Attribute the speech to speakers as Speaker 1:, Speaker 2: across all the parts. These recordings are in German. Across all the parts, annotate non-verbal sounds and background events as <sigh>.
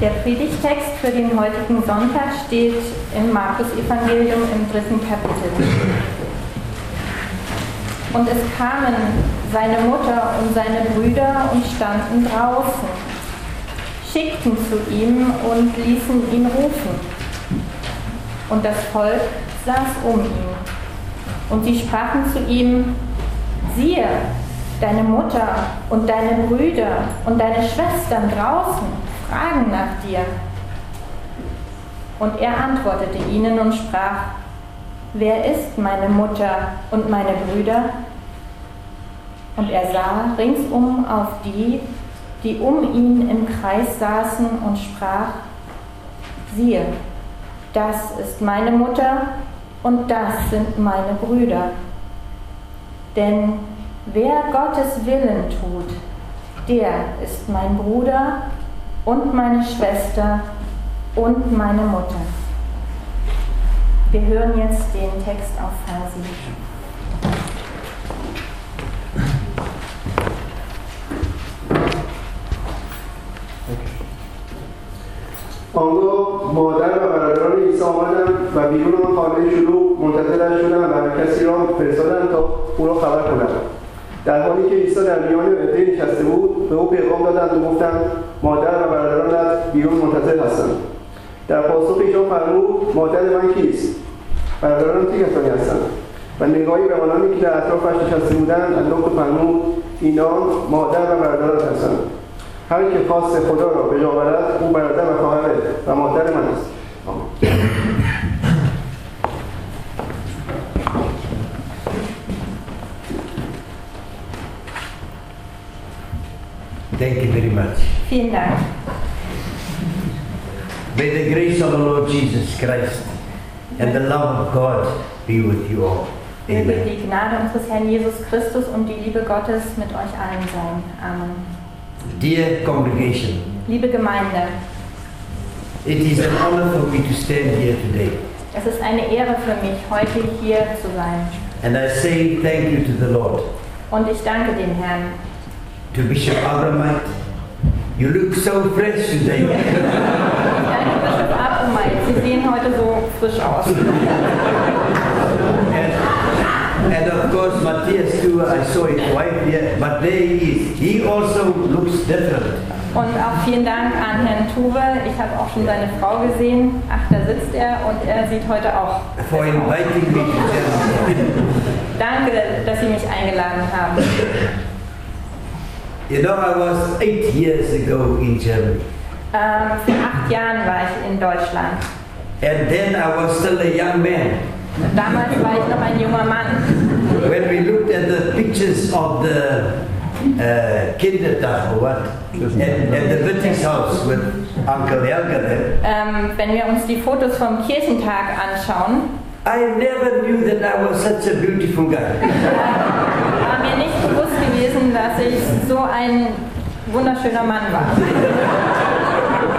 Speaker 1: Der Predigtext für den heutigen Sonntag steht im Markus-Evangelium im dritten Kapitel. Und es kamen seine Mutter und seine Brüder und standen draußen, schickten zu ihm und ließen ihn rufen. Und das Volk saß um ihn. Und sie sprachen zu ihm, siehe, deine Mutter und deine Brüder und deine Schwestern draußen fragen nach dir. Und er antwortete ihnen und sprach, wer ist meine Mutter und meine Brüder? Und er sah ringsum auf die, die um ihn im Kreis saßen und sprach, siehe, das ist meine Mutter und das sind meine Brüder. Denn wer Gottes Willen tut, der ist mein Bruder und meine Schwester und meine Mutter. Wir hören jetzt den Text auf Vers 7.
Speaker 2: آنگاه مادر و برادران عیسی آمدند و بیرون آن خانه شلوغ منتظرش شدند و کسی را فرستادند تا او را خبر کنند در حالی که عیسی در میان عده نشسته بود به او پیغام دادند و گفتند مادر و برادرانت بیرون منتظر هستند در پاسخ ایشان فرمود مادر من کیست برادران چه کسانی هستند و نگاهی به آنانی که در اطرافش نشسته بودند انداخت و فرمود اینان مادر و برادرانت هستند هر که خواست خدا را به جا آورد او برادر و خواهر و مادر من است آمین.
Speaker 3: Thank you very much.
Speaker 1: Vielen Dank.
Speaker 3: May the grace of the Lord Jesus Christ and the love of God be with you all.
Speaker 1: Möge
Speaker 3: Amen.
Speaker 1: die Gnade unseres Herrn Jesus Christus und die Liebe Gottes mit euch allen sein. Amen.
Speaker 3: Dear congregation,
Speaker 1: Liebe Gemeinde,
Speaker 3: it is an honor for me to stand here today.
Speaker 1: es ist eine Ehre für mich, heute hier zu sein.
Speaker 3: And I say thank you to the Lord,
Speaker 1: Und ich danke dem Herrn.
Speaker 3: to Bishop Abramite. You look so fresh today. <laughs>
Speaker 1: Ich danke Bischof Abumay. Sie sehen heute so frisch aus.
Speaker 3: And, and of course, Matthias too, I saw his wife here, but there he is. He also looks different.
Speaker 1: Und auch vielen Dank an Herrn Tuwe. Ich habe auch schon seine Frau gesehen. Ach, da sitzt er und er sieht heute auch.
Speaker 3: For inviting me to stand here.
Speaker 1: Danke, dass Sie mich eingeladen haben.
Speaker 3: You know, I was eight years ago in Germany.
Speaker 1: Ähm, vor acht Jahren war ich in Deutschland.
Speaker 3: And then I was still a young man.
Speaker 1: Damals war ich noch ein junger Mann.
Speaker 3: When we looked at the pictures of the uh, Kinderdach or what, and, and the Wittig's house with Uncle Helga there,
Speaker 1: Ähm, wenn wir uns die Fotos vom Kirchentag anschauen,
Speaker 3: I never knew that I was such a beautiful guy.
Speaker 1: war mir nicht bewusst gewesen, dass ich so ein wunderschöner Mann war.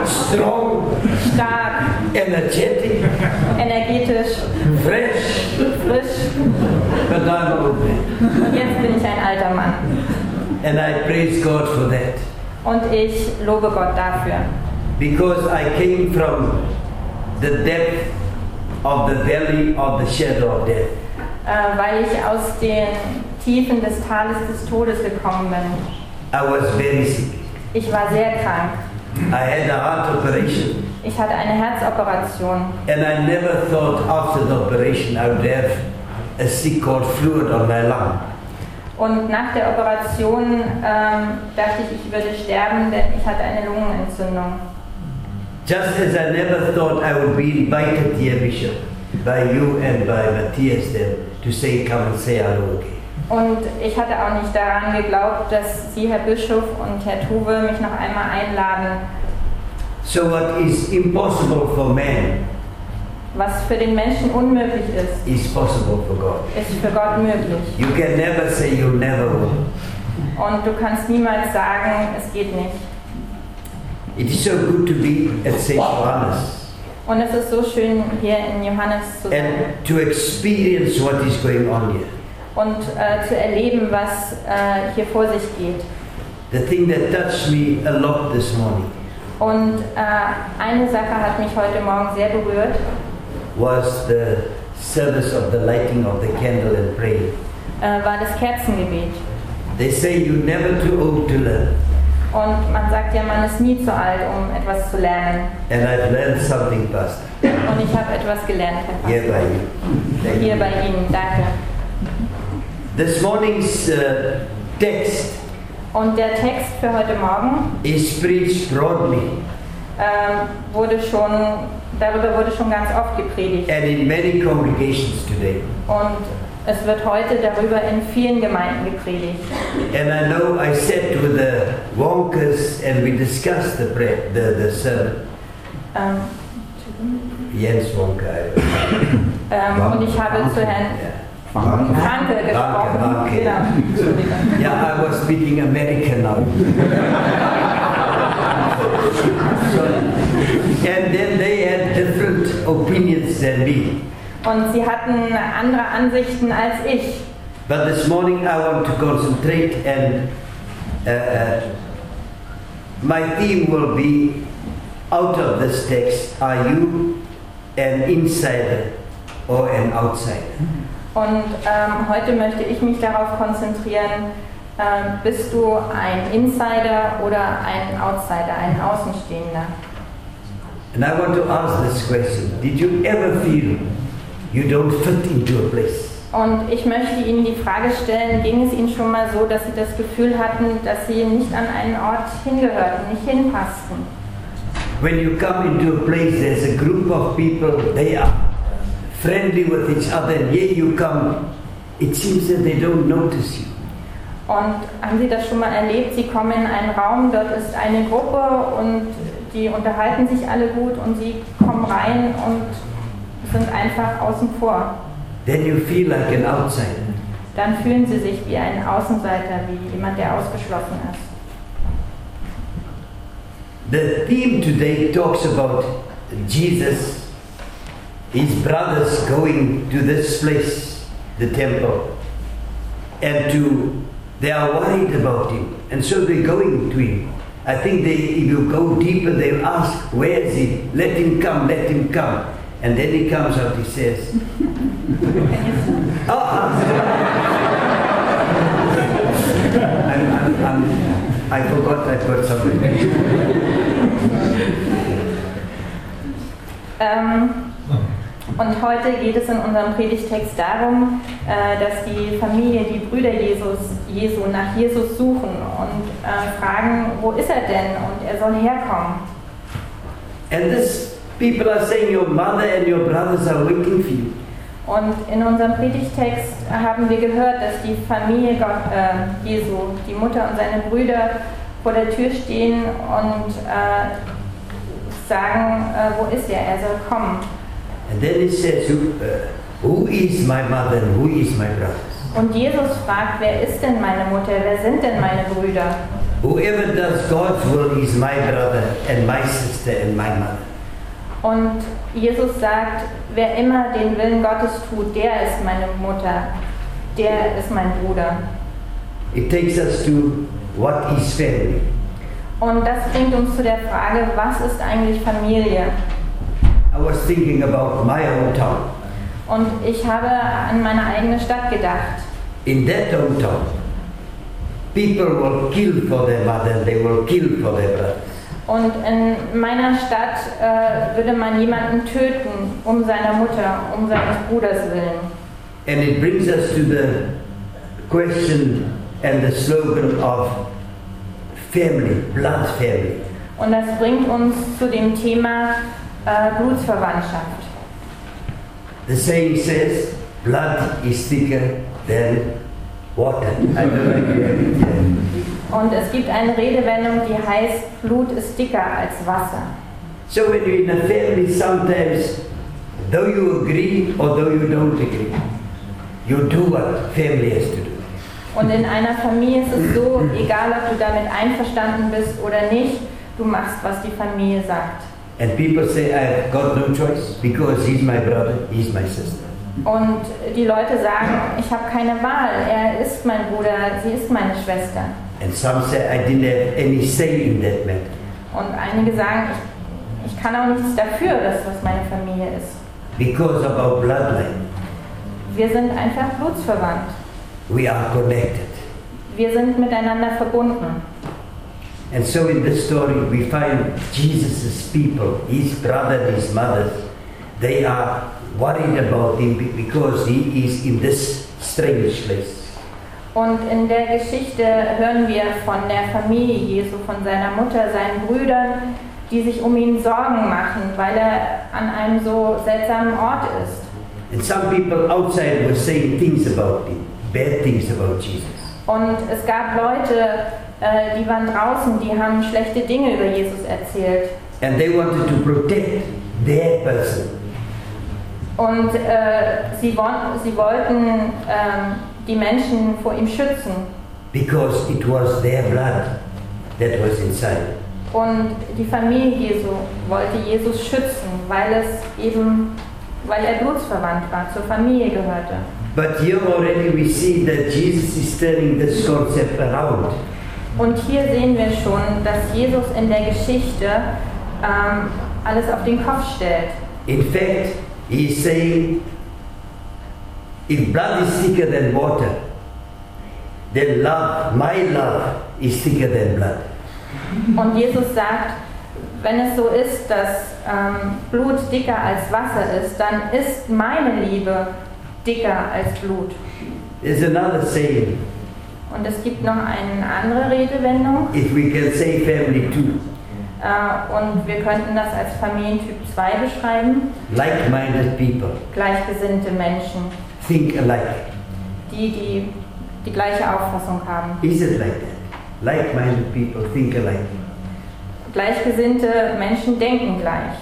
Speaker 3: Strong,
Speaker 1: Stark,
Speaker 3: energetic,
Speaker 1: energetisch,
Speaker 3: fresh,
Speaker 1: frisch.
Speaker 3: but I'm old man.
Speaker 1: Und jetzt bin ich ein alter Mann.
Speaker 3: And I praise God for that.
Speaker 1: Und ich lobe Gott dafür.
Speaker 3: Because I came from the depth of the valley of the shadow of death.
Speaker 1: äh, weil ich aus den Tiefen des Tales des Todes gekommen bin.
Speaker 3: I was very sick.
Speaker 1: Ich war sehr krank.
Speaker 3: I had a heart operation,
Speaker 1: Ich hatte eine Herzoperation
Speaker 3: and I never thought after the operation I would have a sick called fluid on my lung.
Speaker 1: und nach der Operation ähm, dachte ich, ich würde sterben, denn ich hatte eine Lungenentzündung.
Speaker 3: Just as I never thought I would be invited, dear Bishop, by you and by Matthias then to say, come and say hello again.
Speaker 1: Und ich hatte auch nicht daran geglaubt, dass Sie, Herr Bischof und Herr Tuwe, mich noch einmal einladen,
Speaker 3: So what is impossible for man
Speaker 1: was für den Menschen unmöglich ist.
Speaker 3: is possible for God.
Speaker 1: Ist für Gott möglich.
Speaker 3: You can never say you never will.
Speaker 1: Und du kannst niemals sagen, es geht nicht.
Speaker 3: It is so good to be at St. Johannes
Speaker 1: Und es ist so schön, hier in Johannes zu sein.
Speaker 3: and to experience what is going on here.
Speaker 1: und äh, zu erleben, was äh, hier vor sich geht.
Speaker 3: The thing that touched me a lot this morning
Speaker 1: Und äh, eine Sache hat mich heute Morgen sehr berührt.
Speaker 3: was the service of the lighting of the candle and prayer.
Speaker 1: äh, war das Kerzengebet.
Speaker 3: They say you're never too old to learn.
Speaker 1: Und man sagt ja, man ist nie zu alt, um etwas zu lernen.
Speaker 3: And I've learned something, Pastor,
Speaker 1: Und ich habe etwas gelernt, Herr Pastor.
Speaker 3: here by you. Thank
Speaker 1: Hier
Speaker 3: you.
Speaker 1: bei Ihnen, danke.
Speaker 3: This morning's uh, text
Speaker 1: Und der Text für heute Morgen
Speaker 3: is preached broadly
Speaker 1: ähm, wurde schon, darüber wurde schon ganz oft gepredigt.
Speaker 3: and in many congregations today.
Speaker 1: Und es wird heute darüber in vielen Gemeinden gepredigt.
Speaker 3: And I know I sat with the Wonkers and we discussed the prayer, the, the sermon.
Speaker 1: Ähm,
Speaker 3: Jens Wonka. I-
Speaker 1: ähm, und ich habe zu Herrn
Speaker 3: Yeah.
Speaker 1: Franke gesprochen.
Speaker 3: Franke, okay.
Speaker 1: Genau. Entschuldigung.
Speaker 3: yeah, I was speaking American now. <laughs> Sorry. and then they had different opinions than me.
Speaker 1: Und sie hatten andere Ansichten als ich.
Speaker 3: But this morning I want to concentrate and uh, uh, my theme will be out of this text, are you an insider or an outsider?
Speaker 1: Und ähm, heute möchte ich mich darauf konzentrieren, ähm, bist du ein Insider oder ein Outsider, ein Außenstehender?
Speaker 3: And I want to ask this question. Did you ever feel you don't fit into a place?
Speaker 1: Und ich möchte Ihnen die Frage stellen, ging es Ihnen schon mal so, dass Sie das Gefühl hatten, dass Sie nicht an einen Ort hingehörten, nicht hinpassten?
Speaker 3: When you come into a place, there's a group of people, they are friendly with each other, and here you come, it seems that they don't notice you.
Speaker 1: Und haben Sie das schon mal erlebt? Sie kommen in einen Raum, dort ist eine Gruppe und die unterhalten sich alle gut und Sie kommen rein und sind einfach außen vor.
Speaker 3: Then you feel like an outsider.
Speaker 1: dann fühlen sie sich wie ein Außenseiter, wie jemand, der ausgeschlossen ist.
Speaker 3: The theme today talks about Jesus, his brothers going to this place, the temple, and to they are worried about him, and so they're going to him. I think they, if you go deeper, they'll ask, Where is he? Let him come, let him come. And then he comes out, he says, <laughs> Ah! I'm, I'm, I'm, I forgot I got something.
Speaker 1: Ähm, und heute geht es in unserem Predigtext darum, äh, dass die Familie, die Brüder Jesus, Jesu nach Jesus suchen und äh, fragen, wo ist er denn und er soll herkommen.
Speaker 3: And this people are saying your mother and your brothers are waiting for you.
Speaker 1: Und in unserem Predigtext haben wir gehört, dass die Familie Gott, äh, Jesu, die Mutter und seine Brüder vor der Tür stehen und äh, sagen, äh, wo ist er, er soll kommen.
Speaker 3: And then he says, who, uh, who is my mother and who is my brothers?
Speaker 1: Und Jesus fragt, wer ist denn meine Mutter? Wer sind denn meine Brüder?
Speaker 3: Whoever does God's will is my brother and my sister and my mother.
Speaker 1: Und Jesus sagt, wer immer den Willen Gottes tut, der ist meine Mutter, der ist mein Bruder.
Speaker 3: It takes us to what is family.
Speaker 1: Und das bringt uns zu der Frage, was ist eigentlich Familie?
Speaker 3: I was thinking about my hometown.
Speaker 1: Und ich habe an meine eigene Stadt gedacht.
Speaker 3: In that hometown, people will kill for their mother and they will kill for their brother.
Speaker 1: Und in meiner Stadt äh, würde man jemanden töten, um seiner Mutter, um seines Bruders willen.
Speaker 3: And it brings us to the question and the slogan of family, blood family.
Speaker 1: Und das bringt uns zu dem Thema äh, Blutsverwandtschaft.
Speaker 3: The saying says, blood is thicker than water. I don't like it.
Speaker 1: Und es gibt eine Redewendung, die heißt, Blut ist dicker als Wasser.
Speaker 3: <laughs> So when you're in a family, sometimes, though you agree or though you don't agree, you do what family has to do.
Speaker 1: Und in einer Familie ist es so, egal ob du damit einverstanden bist oder nicht, du machst, was die Familie sagt.
Speaker 3: And people say, I've got no choice because he's my brother, he's my sister.
Speaker 1: Und die Leute sagen, ich habe keine Wahl, er ist mein Bruder, sie ist meine Schwester.
Speaker 3: And some say, I didn't have any say in that matter.
Speaker 1: Und einige sagen, ich, ich kann auch nichts dafür, dass das meine Familie ist.
Speaker 3: Because of our bloodline,
Speaker 1: Wir sind einfach blutsverwandt.
Speaker 3: we are connected.
Speaker 1: Wir sind miteinander verbunden.
Speaker 3: And so in this story, we find Jesus' people, his brother, his mothers, they are worried about him be- because he is in this strange place.
Speaker 1: Und in der Geschichte hören wir von der Familie Jesu, von seiner Mutter, seinen Brüdern, die sich um ihn Sorgen machen, weil er an einem so seltsamen Ort ist.
Speaker 3: And some people outside were saying things about him, bad things about Jesus.
Speaker 1: Und es gab Leute, äh, die waren draußen, die haben schlechte Dinge über Jesus erzählt.
Speaker 3: And they wanted to protect their person.
Speaker 1: Und äh, sie, won- sie wollten ähm, die Menschen vor ihm schützen.
Speaker 3: because it was their blood that was inside.
Speaker 1: Und die Familie Jesu wollte Jesus schützen, weil es eben, weil er blutsverwandt war, zur Familie gehörte.
Speaker 3: But here already we see that Jesus is turning this concept around.
Speaker 1: Und hier sehen wir schon, dass Jesus in der Geschichte ähm, alles auf den Kopf stellt.
Speaker 3: In fact, he is saying, if blood is thicker than water, then love, my love, is thicker than blood.
Speaker 1: Und Jesus sagt, wenn es so ist, dass ähm, Blut dicker als Wasser ist, dann ist meine Liebe dicker als Blut.
Speaker 3: There's another saying,
Speaker 1: Und es gibt noch eine andere Redewendung.
Speaker 3: if we can say family too,
Speaker 1: Äh, und wir könnten das als Familientyp 2 beschreiben.
Speaker 3: like minded people,
Speaker 1: Gleichgesinnte Menschen,
Speaker 3: think alike.
Speaker 1: die, die die gleiche Auffassung haben.
Speaker 3: Is it like that? Like minded people think alike.
Speaker 1: Gleichgesinnte Menschen denken gleich.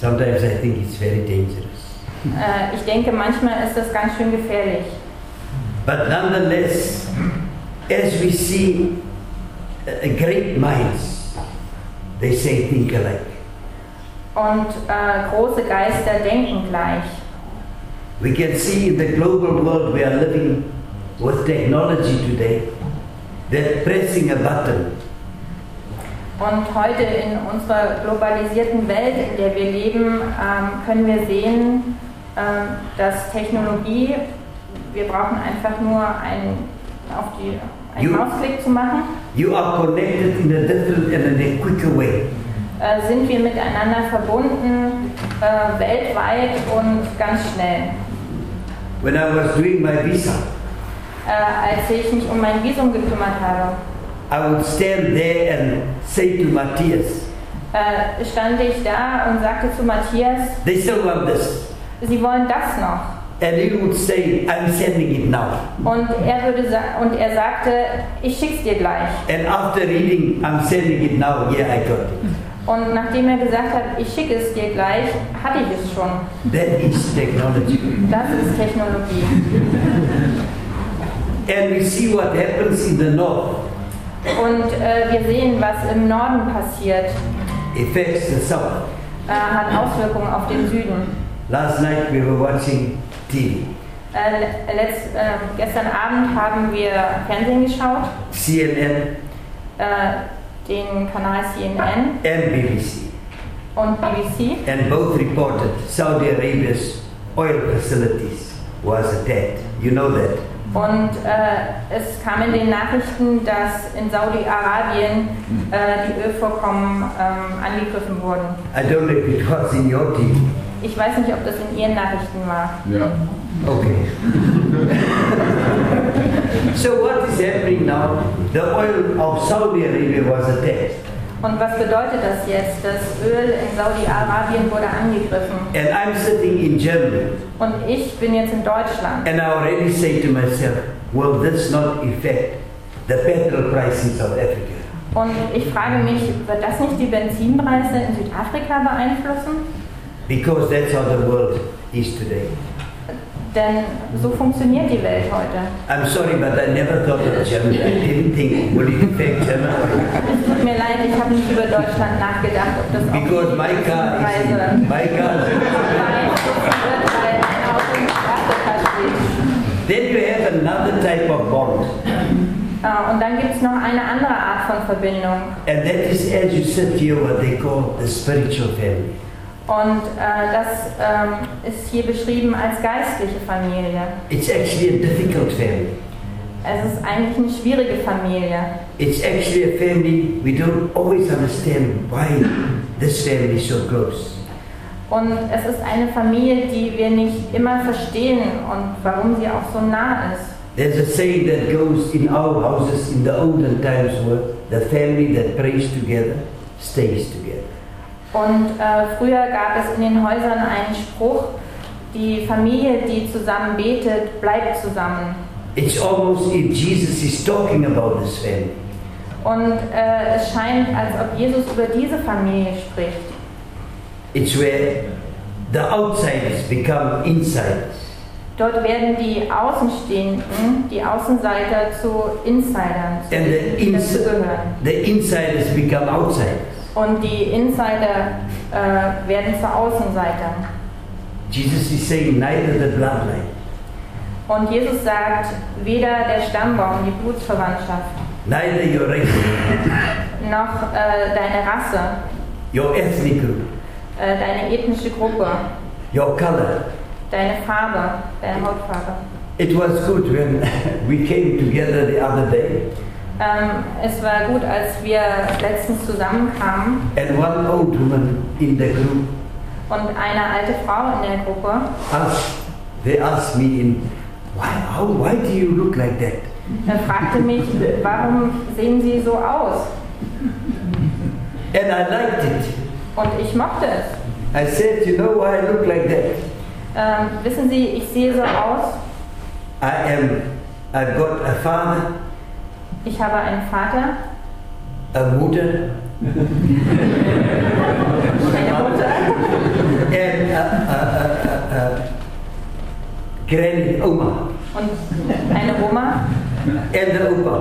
Speaker 3: Sometimes I think it's very dangerous.
Speaker 1: Äh, ich denke, manchmal ist das ganz schön gefährlich.
Speaker 3: But nonetheless, as we see uh, great minds, they say think alike.
Speaker 1: Und äh, große Geister denken gleich.
Speaker 3: We can see in the global world we are living with technology today that pressing a button
Speaker 1: Und heute in unserer globalisierten Welt, in der wir leben, ähm, können wir sehen, ähm, dass Technologie, wir brauchen einfach nur einen, auf die, einen
Speaker 3: You-
Speaker 1: Mausklick zu machen,
Speaker 3: you are connected in a different and in a quicker way.
Speaker 1: äh, sind wir miteinander verbunden, äh, weltweit und ganz schnell.
Speaker 3: When I was doing my visa,
Speaker 1: Äh, als ich mich um mein Visum gekümmert habe,
Speaker 3: I would stand there and say to Matthias,
Speaker 1: äh, stand ich da und sagte zu Matthias,
Speaker 3: they still want this.
Speaker 1: Sie wollen das noch.
Speaker 3: And he would say, I'm sending it now.
Speaker 1: Und er, würde sa- und er sagte, ich schick's dir gleich.
Speaker 3: And after reading, I'm sending it now. Yeah, I got it.
Speaker 1: Und nachdem er gesagt hat, ich schicke es dir gleich, hatte ich es schon.
Speaker 3: That is technology.
Speaker 1: Das ist Technologie.
Speaker 3: And we see what happens in the north
Speaker 1: Und äh, wir sehen, was im Norden passiert,
Speaker 3: affects the south.
Speaker 1: äh, hat Auswirkungen auf den Süden.
Speaker 3: Last night we were watching TV,
Speaker 1: Äh, letzt, äh, gestern Abend haben wir Fernsehen geschaut,
Speaker 3: CNN
Speaker 1: äh, den Kanal CNN
Speaker 3: and BBC,
Speaker 1: und BBC.
Speaker 3: and both reported Saudi Arabia's oil facilities was attacked. You know that.
Speaker 1: Und äh, es kam in den Nachrichten, dass in Saudi-Arabien äh, die Ölvorkommen ähm, angegriffen wurden.
Speaker 3: I don't know if it was in your TV.
Speaker 1: Ich weiß nicht, ob das in Ihren Nachrichten war.
Speaker 4: Ja.
Speaker 3: Okay. <laughs> so what is happening now? The oil of Saudi Arabia was attacked.
Speaker 1: Und was bedeutet das jetzt? Das Öl in Saudi-Arabien wurde angegriffen.
Speaker 3: And I'm sitting in Germany.
Speaker 1: Und ich bin jetzt in Deutschland.
Speaker 3: And I already say to myself, will this not affect the petrol prices of Africa?
Speaker 1: Und ich frage mich, wird das nicht die Benzinpreise in Südafrika beeinflussen?
Speaker 3: Because that's how the world is today.
Speaker 1: Denn so funktioniert die Welt heute.
Speaker 3: I'm sorry, but I never thought of Germany. I didn't think, will it affect Germany?
Speaker 1: Es tut mir leid, ich habe nicht über Deutschland nachgedacht, ob das auch
Speaker 3: Because my car is, <laughs> my car. Then you have another type of bond.
Speaker 1: Äh, Und dann gibt es noch eine andere Art von Verbindung.
Speaker 3: And that is as you sit here, what they call the spiritual family.
Speaker 1: Und äh, das ähm, ist hier beschrieben als geistliche Familie.
Speaker 3: It's actually a difficult family.
Speaker 1: Es ist eigentlich eine schwierige Familie.
Speaker 3: It's actually a family we don't always understand why this family is so close.
Speaker 1: Und es ist eine Familie, die wir nicht immer verstehen und warum sie auch so nah ist.
Speaker 3: There's a saying that goes in our houses in the olden times where the family that prays together stays together.
Speaker 1: Und äh, früher gab es in den Häusern einen Spruch, die Familie, die zusammen betet, bleibt zusammen.
Speaker 3: It's almost if Jesus is talking about this family.
Speaker 1: Und äh, es scheint, als ob Jesus über diese Familie spricht.
Speaker 3: It's where the outsiders become insiders.
Speaker 1: Dort werden die Außenstehenden, die Außenseiter zu Insidern, zu
Speaker 3: And the,
Speaker 1: die
Speaker 3: ins-
Speaker 1: dazugehören.
Speaker 3: the insiders become outsiders.
Speaker 1: Und die Insider äh, werden zu Außenseitern.
Speaker 3: Jesus is saying neither the bloodline,
Speaker 1: Und Jesus sagt, weder der Stammbaum, die Blutsverwandtschaft,
Speaker 3: neither your race, <laughs>
Speaker 1: noch äh, deine Rasse,
Speaker 3: your ethnic group,
Speaker 1: äh, deine ethnische Gruppe,
Speaker 3: your color.
Speaker 1: deine Farbe, deine Hautfarbe.
Speaker 3: It was good when <laughs> we came together the other day
Speaker 1: Ähm, es war gut, als wir letztens zusammenkamen
Speaker 3: and one old woman in the group
Speaker 1: und eine alte Frau in der Gruppe
Speaker 3: asked, they asked me in, why, how, why do you look like that?
Speaker 1: äh, fragte mich, warum sehen Sie so aus?
Speaker 3: And I liked it.
Speaker 1: Und ich mochte es.
Speaker 3: I said, you know why I look like that?
Speaker 1: Ähm, wissen Sie, ich sehe so aus,
Speaker 3: I am, I've got a father,
Speaker 1: ich habe einen Vater,
Speaker 3: a mother,
Speaker 1: eine Mutter
Speaker 3: and a, a, a, a, a granny, Oma.
Speaker 1: und eine Oma.
Speaker 3: and the Upa.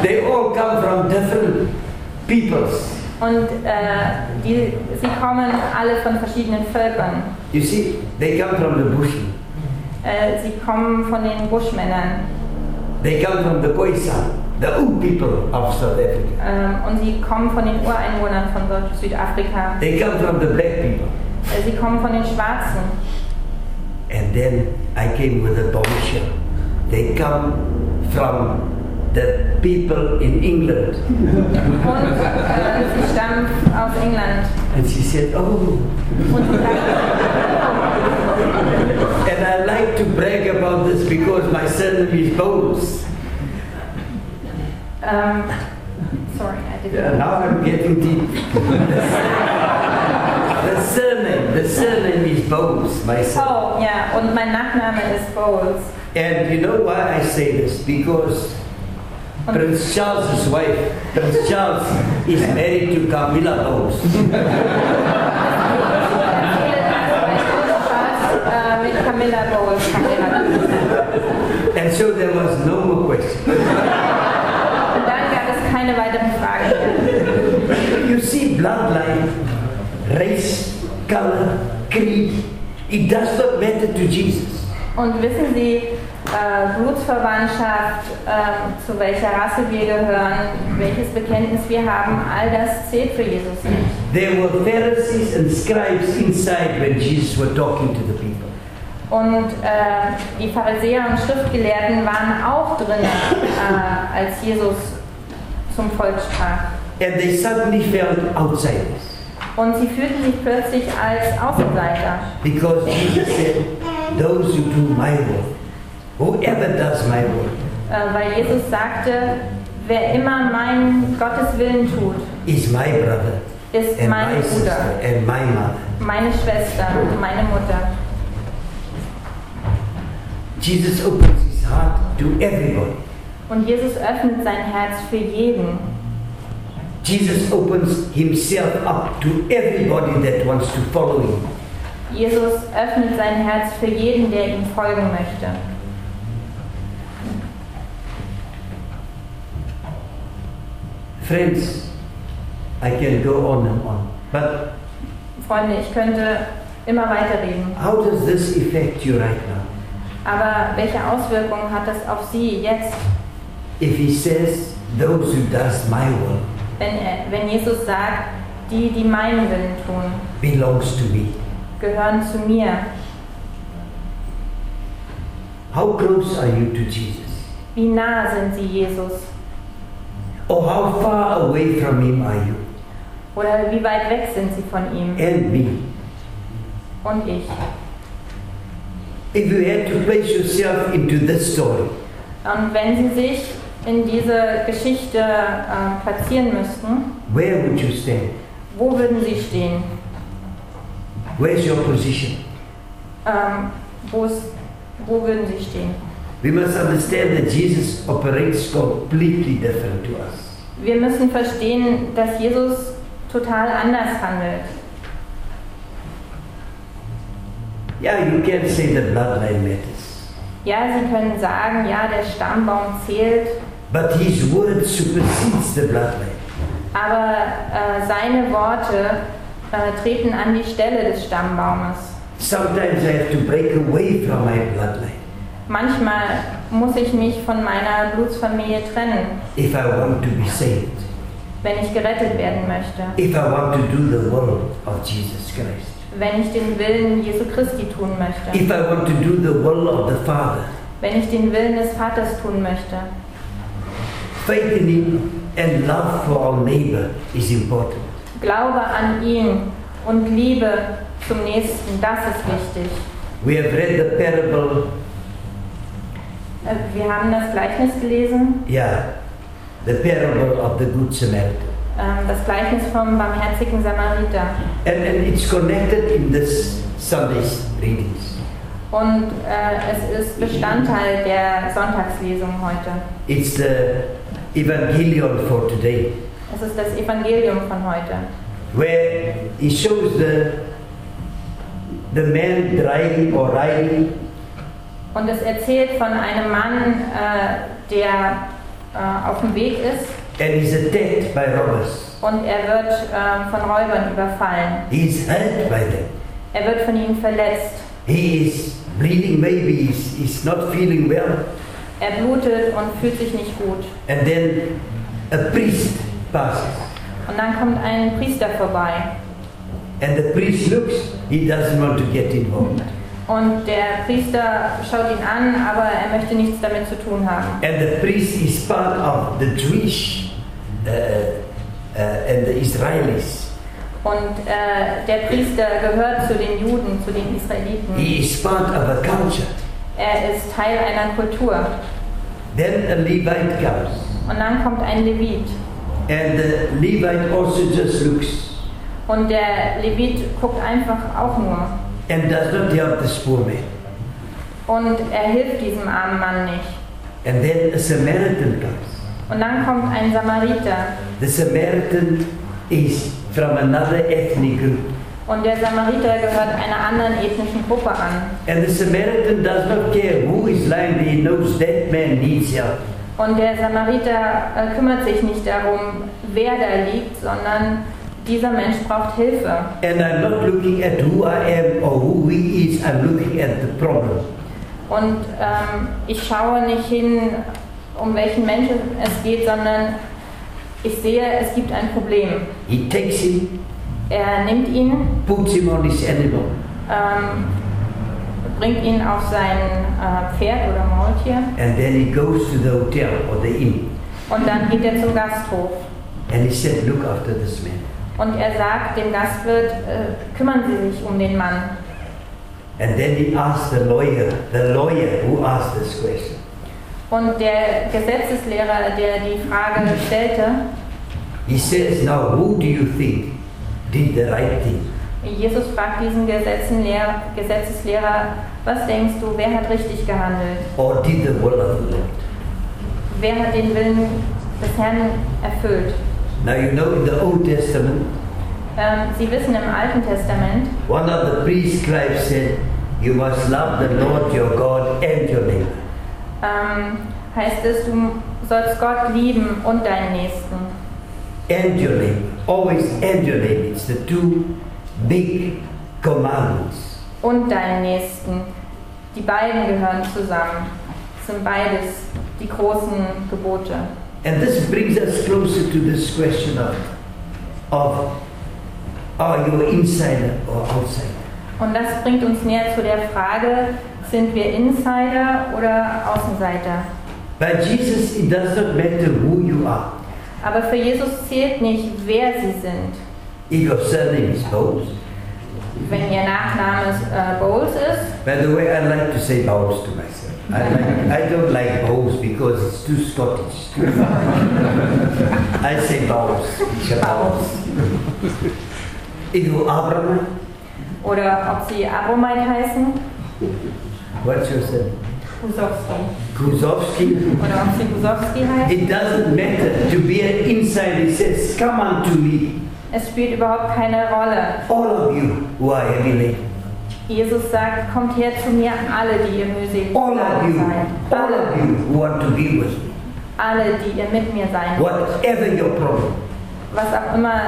Speaker 3: <laughs> they all come from different peoples.
Speaker 1: Und äh, die, sie kommen alle von verschiedenen Völkern.
Speaker 3: You see, they come from the bush.
Speaker 1: Äh, sie kommen von den Buschmännern
Speaker 3: They come from the Khoisan, the Oom people of South Africa.
Speaker 1: ähm, und sie kommen von den Ureinwohnern von Süd- Südafrika.
Speaker 3: They come from the black people.
Speaker 1: Äh, sie kommen von den Schwarzen.
Speaker 3: And then I came with a bombshell. They come from the people in England.
Speaker 1: Und äh, sie stammen aus England.
Speaker 3: And she said, Oh.
Speaker 1: Und sie sagen,
Speaker 3: And I like to brag about this because my surname is Bones.
Speaker 1: ähm, <laughs> sorry, I didn't.
Speaker 3: Yeah, now I'm getting deep. <laughs> the surname, the surname is Bowles, my son.
Speaker 1: Oh, ja, und mein Nachname ist Bowles.
Speaker 3: And you know why I say this? Because Prince Charles's wife, Prince Charles, is married to Camilla Bowles.
Speaker 1: Ich erzähle das, weil Bowles Spaß äh, mit Camilla Bowles verheiratet ist.
Speaker 3: And so there was no more question.
Speaker 1: Und dann gab es keine weiteren Fragen mehr.
Speaker 3: You see, bloodline, race, color, creed, it does not matter to Jesus.
Speaker 1: Und wissen Sie, äh, Blutsverwandtschaft, ähm, zu welcher Rasse wir gehören, welches Bekenntnis wir haben, all das zählt für Jesus nicht.
Speaker 3: There were Pharisees and scribes inside when Jesus was talking to the people.
Speaker 1: Und äh, die Pharisäer und Schriftgelehrten waren auch drin, äh, als Jesus zum Volk sprach.
Speaker 3: And they suddenly felt outsiders
Speaker 1: Und sie fühlten sich plötzlich als Außenseiter,
Speaker 3: because Jesus said, Those who do my work, whoever does my work,
Speaker 1: äh, weil Jesus sagte, wer immer meinen Gottes Willen tut,
Speaker 3: is my brother
Speaker 1: ist
Speaker 3: and
Speaker 1: mein
Speaker 3: my sister
Speaker 1: Bruder,
Speaker 3: and my mother.
Speaker 1: meine Schwester, meine Mutter.
Speaker 3: Jesus opens his heart to everyone.
Speaker 1: Und Jesus öffnet sein Herz für jeden.
Speaker 3: Jesus opens himself up to everybody that wants to follow him.
Speaker 1: Jesus öffnet sein Herz für jeden, der ihm folgen möchte.
Speaker 3: Friends, I can go on and on. But
Speaker 1: Freunde, ich könnte immer weiterreden.
Speaker 3: how does this affect you right now?
Speaker 1: Aber welche Auswirkungen hat das auf Sie jetzt?
Speaker 3: if he says, those who does my will
Speaker 1: Wenn, er, wenn Jesus sagt, die, die meinen Willen tun,
Speaker 3: belongs to me.
Speaker 1: gehören zu mir.
Speaker 3: How close are you to Jesus?
Speaker 1: Wie nah sind sie Jesus?
Speaker 3: Or how far away from him are you?
Speaker 1: Oder wie weit weg sind sie von ihm?
Speaker 3: And me.
Speaker 1: Und ich.
Speaker 3: If you had to place yourself into this story,
Speaker 1: Und wenn sie sich in diese Geschichte äh, platzieren müssten,
Speaker 3: where would you stand?
Speaker 1: wo würden sie stehen?
Speaker 3: Where's your position?
Speaker 1: Ähm, wo es- wo würden sie stehen?
Speaker 3: We must understand that Jesus operates completely different to us.
Speaker 1: Wir müssen verstehen, dass Jesus total anders handelt.
Speaker 3: Yeah, you can say the bloodline matters,
Speaker 1: Ja, sie können sagen, ja, der Stammbaum zählt,
Speaker 3: but his word supersedes the bloodline.
Speaker 1: aber äh, seine Worte äh, treten an die Stelle des Stammbaumes.
Speaker 3: Sometimes I have to break away from my bloodline
Speaker 1: Manchmal muss ich mich von meiner Blutsfamilie trennen,
Speaker 3: if I want to be saved,
Speaker 1: wenn ich gerettet werden möchte,
Speaker 3: if I want to do the will of Jesus Christ,
Speaker 1: wenn ich den Willen Jesu Christi tun möchte,
Speaker 3: if I want to do the will of the Father.
Speaker 1: wenn ich den Willen des Vaters tun möchte.
Speaker 3: Faith in Him and love for our neighbor is important.
Speaker 1: Glaube an ihn und Liebe zum Nächsten, das ist wichtig.
Speaker 3: We have read the parable,
Speaker 1: Äh, Wir haben das Gleichnis gelesen,
Speaker 3: yeah, the parable of the Good Samaritan.
Speaker 1: ähm, das Gleichnis vom barmherzigen Samariter.
Speaker 3: And, and it's connected in this Sunday's readings.
Speaker 1: Und äh, es ist Bestandteil der Sonntagslesung heute.
Speaker 3: It's the Evangelion for today,
Speaker 1: Es ist das Evangelium von heute.
Speaker 3: where he shows the the man driving or riding
Speaker 1: Und es erzählt von einem Mann, äh, der äh, auf dem Weg ist
Speaker 3: and he's attacked by robbers.
Speaker 1: und er wird äh, von Räubern überfallen.
Speaker 3: He's hurt by them.
Speaker 1: Er wird von ihnen verletzt.
Speaker 3: He is bleeding, maybe he's, he's not feeling well.
Speaker 1: Er blutet und fühlt sich nicht gut.
Speaker 3: And then a priest passes.
Speaker 1: Und dann kommt ein Priester vorbei.
Speaker 3: And the priest looks, he doesn't want to get involved.
Speaker 1: Und der Priester schaut ihn an, aber er möchte nichts damit zu tun haben.
Speaker 3: And the priest is part of the Jewish uh, uh, and the Israelis.
Speaker 1: Und äh, der Priester gehört zu den Juden, zu den Israeliten.
Speaker 3: He is part of a culture.
Speaker 1: Er ist Teil einer Kultur.
Speaker 3: Then a Levite comes.
Speaker 1: Und dann kommt ein Levit.
Speaker 3: And the Levite also just looks
Speaker 1: Und der Levit guckt einfach auch nur.
Speaker 3: and does not help this poor man.
Speaker 1: Und er hilft diesem armen Mann nicht.
Speaker 3: And then a Samaritan comes.
Speaker 1: Und dann kommt ein Samariter.
Speaker 3: The Samaritan is from another ethnic group.
Speaker 1: Und der Samariter gehört einer anderen ethnischen Gruppe an.
Speaker 3: And the Samaritan does not care who is lying there, he knows that man needs help.
Speaker 1: Und der Samariter äh, kümmert sich nicht darum, wer da liegt, sondern dieser Mensch braucht Hilfe.
Speaker 3: And I'm not looking at who I am or who he is, I'm looking at the problem.
Speaker 1: Und ähm, ich schaue nicht hin, um welchen Menschen es geht, sondern ich sehe, es gibt ein Problem.
Speaker 3: He takes him,
Speaker 1: Er nimmt ihn,
Speaker 3: puts him on his animal,
Speaker 1: ähm, bringt ihn auf sein äh, Pferd oder Maultier
Speaker 3: and then he goes to the hotel or the inn.
Speaker 1: und dann geht er zum Gasthof.
Speaker 3: And he said, Look after this man.
Speaker 1: Und er sagt dem Gastwirt, äh, kümmern Sie sich um den Mann.
Speaker 3: And then he asked the lawyer, the lawyer who asked this question.
Speaker 1: Und der Gesetzeslehrer, der die Frage stellte,
Speaker 3: He says, Now who do you think did the right thing?
Speaker 1: Jesus fragt diesen Gesetzenlehr- Gesetzeslehrer, was denkst du, wer hat richtig gehandelt?
Speaker 3: Or did the will of the Lord?
Speaker 1: Wer hat den Willen des Herrn erfüllt?
Speaker 3: Now you know in the Old Testament,
Speaker 1: Ähm, Sie wissen im Alten Testament,
Speaker 3: One of the priest scribes said, You must love the Lord your God and your neighbor.
Speaker 1: ähm, heißt es, du sollst Gott lieben und deinen Nächsten.
Speaker 3: And your neighbor. Always and your neighbor. It's the two big commandments.
Speaker 1: Und deinen Nächsten. Die beiden gehören zusammen. Es sind beides die großen Gebote.
Speaker 3: And this brings us closer to this question of, of are you insider or outsider?
Speaker 1: Und das bringt uns näher zu der Frage, sind wir Insider oder Außenseiter?
Speaker 3: By Jesus, it does not matter who you are.
Speaker 1: Aber für Jesus zählt nicht, wer sie sind.
Speaker 3: If your surname is Bowles,
Speaker 1: Wenn ihr Nachname äh, Bowles ist,
Speaker 3: by the way, I like to say Bowles to myself. I, like, I don't like Bowles because it's too Scottish. <laughs> I say Bowles. Bishop Bowles. If you Abraham,
Speaker 1: oder ob sie Abomite heißen,
Speaker 3: what's your surname?
Speaker 1: Kusowski,
Speaker 3: Kuzovsky.
Speaker 1: oder ob sie Kusowski heißt.
Speaker 3: It doesn't matter to be an insider. He says, Come unto me,
Speaker 1: Es spielt überhaupt keine Rolle.
Speaker 3: all of you who are heavy laden.
Speaker 1: Jesus sagt, kommt her zu mir, alle, die ihr mühselig
Speaker 3: All of you,
Speaker 1: seid.
Speaker 3: all of you who want to be with me,
Speaker 1: Alle, die ihr mit mir sein wollt.
Speaker 3: whatever your problem,
Speaker 1: Was auch immer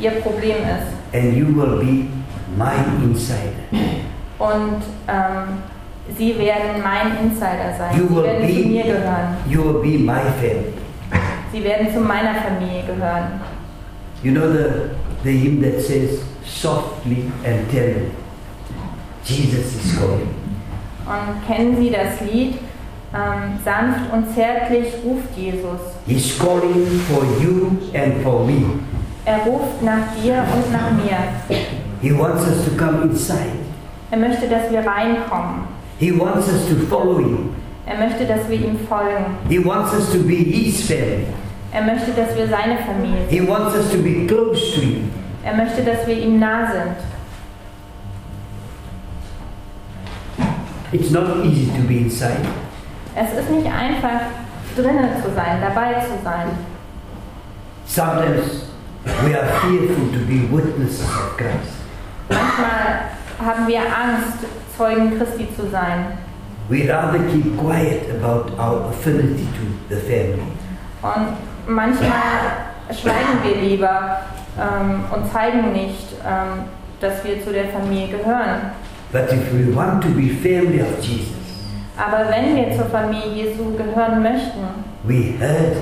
Speaker 1: ihr Problem ist.
Speaker 3: and you will be my insider.
Speaker 1: Und ähm, sie werden mein Insider sein.
Speaker 3: You
Speaker 1: Sie
Speaker 3: will
Speaker 1: werden
Speaker 3: be-
Speaker 1: zu mir gehören.
Speaker 3: You will be my family.
Speaker 1: Sie werden zu meiner Familie gehören.
Speaker 3: You know the, the hymn that says, softly and tenderly, Jesus is calling.
Speaker 1: Und kennen Sie das Lied? Ähm, sanft und zärtlich ruft Jesus.
Speaker 3: He's calling for you and for me.
Speaker 1: Er ruft nach dir und nach mir.
Speaker 3: He wants us to come inside.
Speaker 1: Er möchte, dass wir reinkommen.
Speaker 3: He wants us to follow him.
Speaker 1: Er möchte, dass wir ihm folgen.
Speaker 3: He wants us to be his family.
Speaker 1: Er möchte, dass wir seine Familie sind.
Speaker 3: He wants us to be close to him.
Speaker 1: Er möchte, dass wir ihm nah sind.
Speaker 3: It's not easy to be inside.
Speaker 1: Es ist nicht einfach, drinnen zu sein, dabei zu sein.
Speaker 3: Sometimes we are fearful to be witnesses of Christ.
Speaker 1: Manchmal haben wir Angst, Zeugen Christi zu sein.
Speaker 3: We rather keep quiet about our affinity to the family.
Speaker 1: Und manchmal schweigen wir lieber ähm, und zeigen nicht, ähm, dass wir zu der Familie gehören.
Speaker 3: But if we want to be family of Jesus,
Speaker 1: Aber wenn wir zur Familie Jesu gehören möchten,
Speaker 3: we heard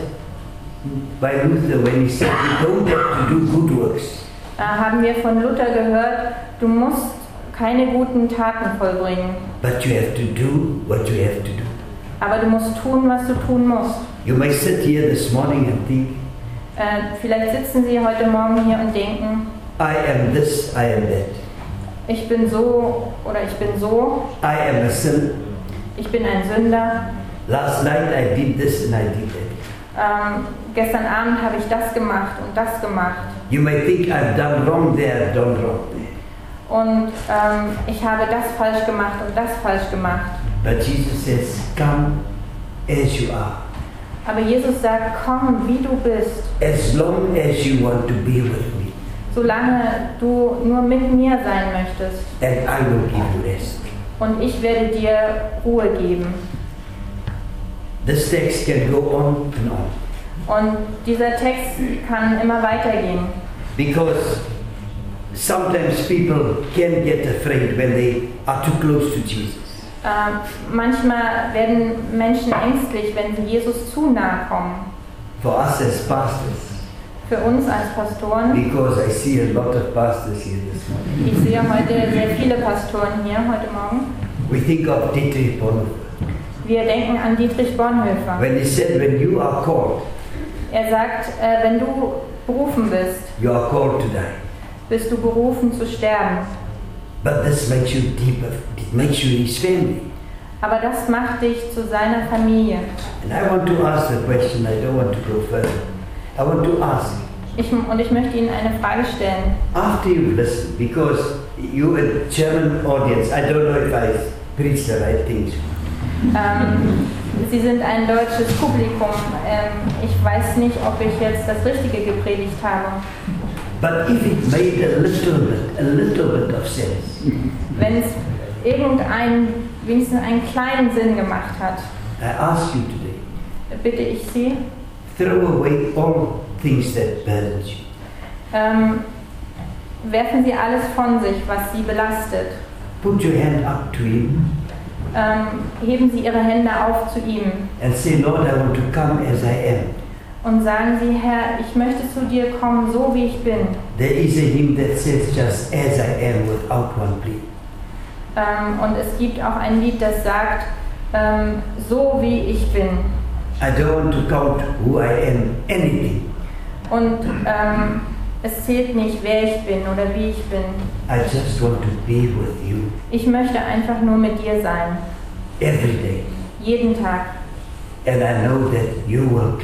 Speaker 3: by Luther when he said we don't have to do good works.
Speaker 1: da äh, haben wir von Luther gehört, du musst keine guten Taten vollbringen,
Speaker 3: But you have to do what you have to do.
Speaker 1: aber du musst tun, was du tun musst.
Speaker 3: You may sit here this morning and think,
Speaker 1: Äh, vielleicht sitzen Sie heute Morgen hier und denken,
Speaker 3: I am this, I am that.
Speaker 1: ich bin so oder ich bin so,
Speaker 3: I am a sinner.
Speaker 1: ich bin ein Sünder.
Speaker 3: Last night I did this and I did that.
Speaker 1: Ähm, gestern Abend habe ich das gemacht und das gemacht.
Speaker 3: You may think I've done wrong there, I've done wrong there.
Speaker 1: Und ähm, ich habe das falsch gemacht und das falsch gemacht.
Speaker 3: But Jesus says, Come as you are,
Speaker 1: Aber Jesus sagt, komm, wie du bist,
Speaker 3: as long as you want to be with me,
Speaker 1: solange du nur mit mir sein möchtest.
Speaker 3: and I will give you rest.
Speaker 1: Und ich werde dir Ruhe geben.
Speaker 3: This text can go on and on
Speaker 1: Und dieser Text kann immer weitergehen.
Speaker 3: because sometimes people can get afraid when they are too close to Jesus.
Speaker 1: Ähm, manchmal werden Menschen ängstlich, wenn sie Jesus zu nahe kommen.
Speaker 3: For us as pastors,
Speaker 1: Für uns als Pastoren,
Speaker 3: because I see a lot of pastors here this morning,
Speaker 1: ich sehe heute sehr viele Pastoren hier heute Morgen,
Speaker 3: we think of Dietrich Bonhoeffer.
Speaker 1: wir denken an Dietrich Bonhoeffer.
Speaker 3: When he said, When you are called,
Speaker 1: Er sagt, äh, wenn du berufen bist,
Speaker 3: you are called to die.
Speaker 1: bist du berufen zu sterben.
Speaker 3: But this makes you deeper, it makes you his family.
Speaker 1: Aber das macht dich zu seiner Familie.
Speaker 3: And I want to ask the question, I don't want to go further. I want to ask,
Speaker 1: Ich, und ich möchte Ihnen eine Frage stellen.
Speaker 3: after you listen, because you a German audience, I don't know if I preach the right things.
Speaker 1: Ähm, Sie sind ein deutsches Publikum. Ähm, ich weiß nicht, ob ich jetzt das Richtige gepredigt habe.
Speaker 3: But if it made a little bit, a little bit of sense,
Speaker 1: Wenn es irgendeinen, wenigstens einen kleinen Sinn gemacht hat,
Speaker 3: I ask you today,
Speaker 1: bitte ich Sie,
Speaker 3: throw away all things that burden you.
Speaker 1: ähm, werfen Sie alles von sich, was Sie belastet.
Speaker 3: Put your hand up to him
Speaker 1: ähm, heben sie ihre Hände auf zu ihm
Speaker 3: and say, Lord, I want to come as I am.
Speaker 1: und sagen sie, Herr, ich möchte zu dir kommen, so wie ich bin.
Speaker 3: There is a hymn that says, just as I am, without one plea.
Speaker 1: Ähm, und es gibt auch ein Lied, das sagt, ähm, so wie ich bin.
Speaker 3: I don't want to count who I am, anything.
Speaker 1: Und ähm, es zählt nicht, wer ich bin oder wie ich bin.
Speaker 3: I just want to be with you
Speaker 1: Ich möchte einfach nur mit dir sein,
Speaker 3: every day.
Speaker 1: jeden Tag.
Speaker 3: And I know that you will cleanse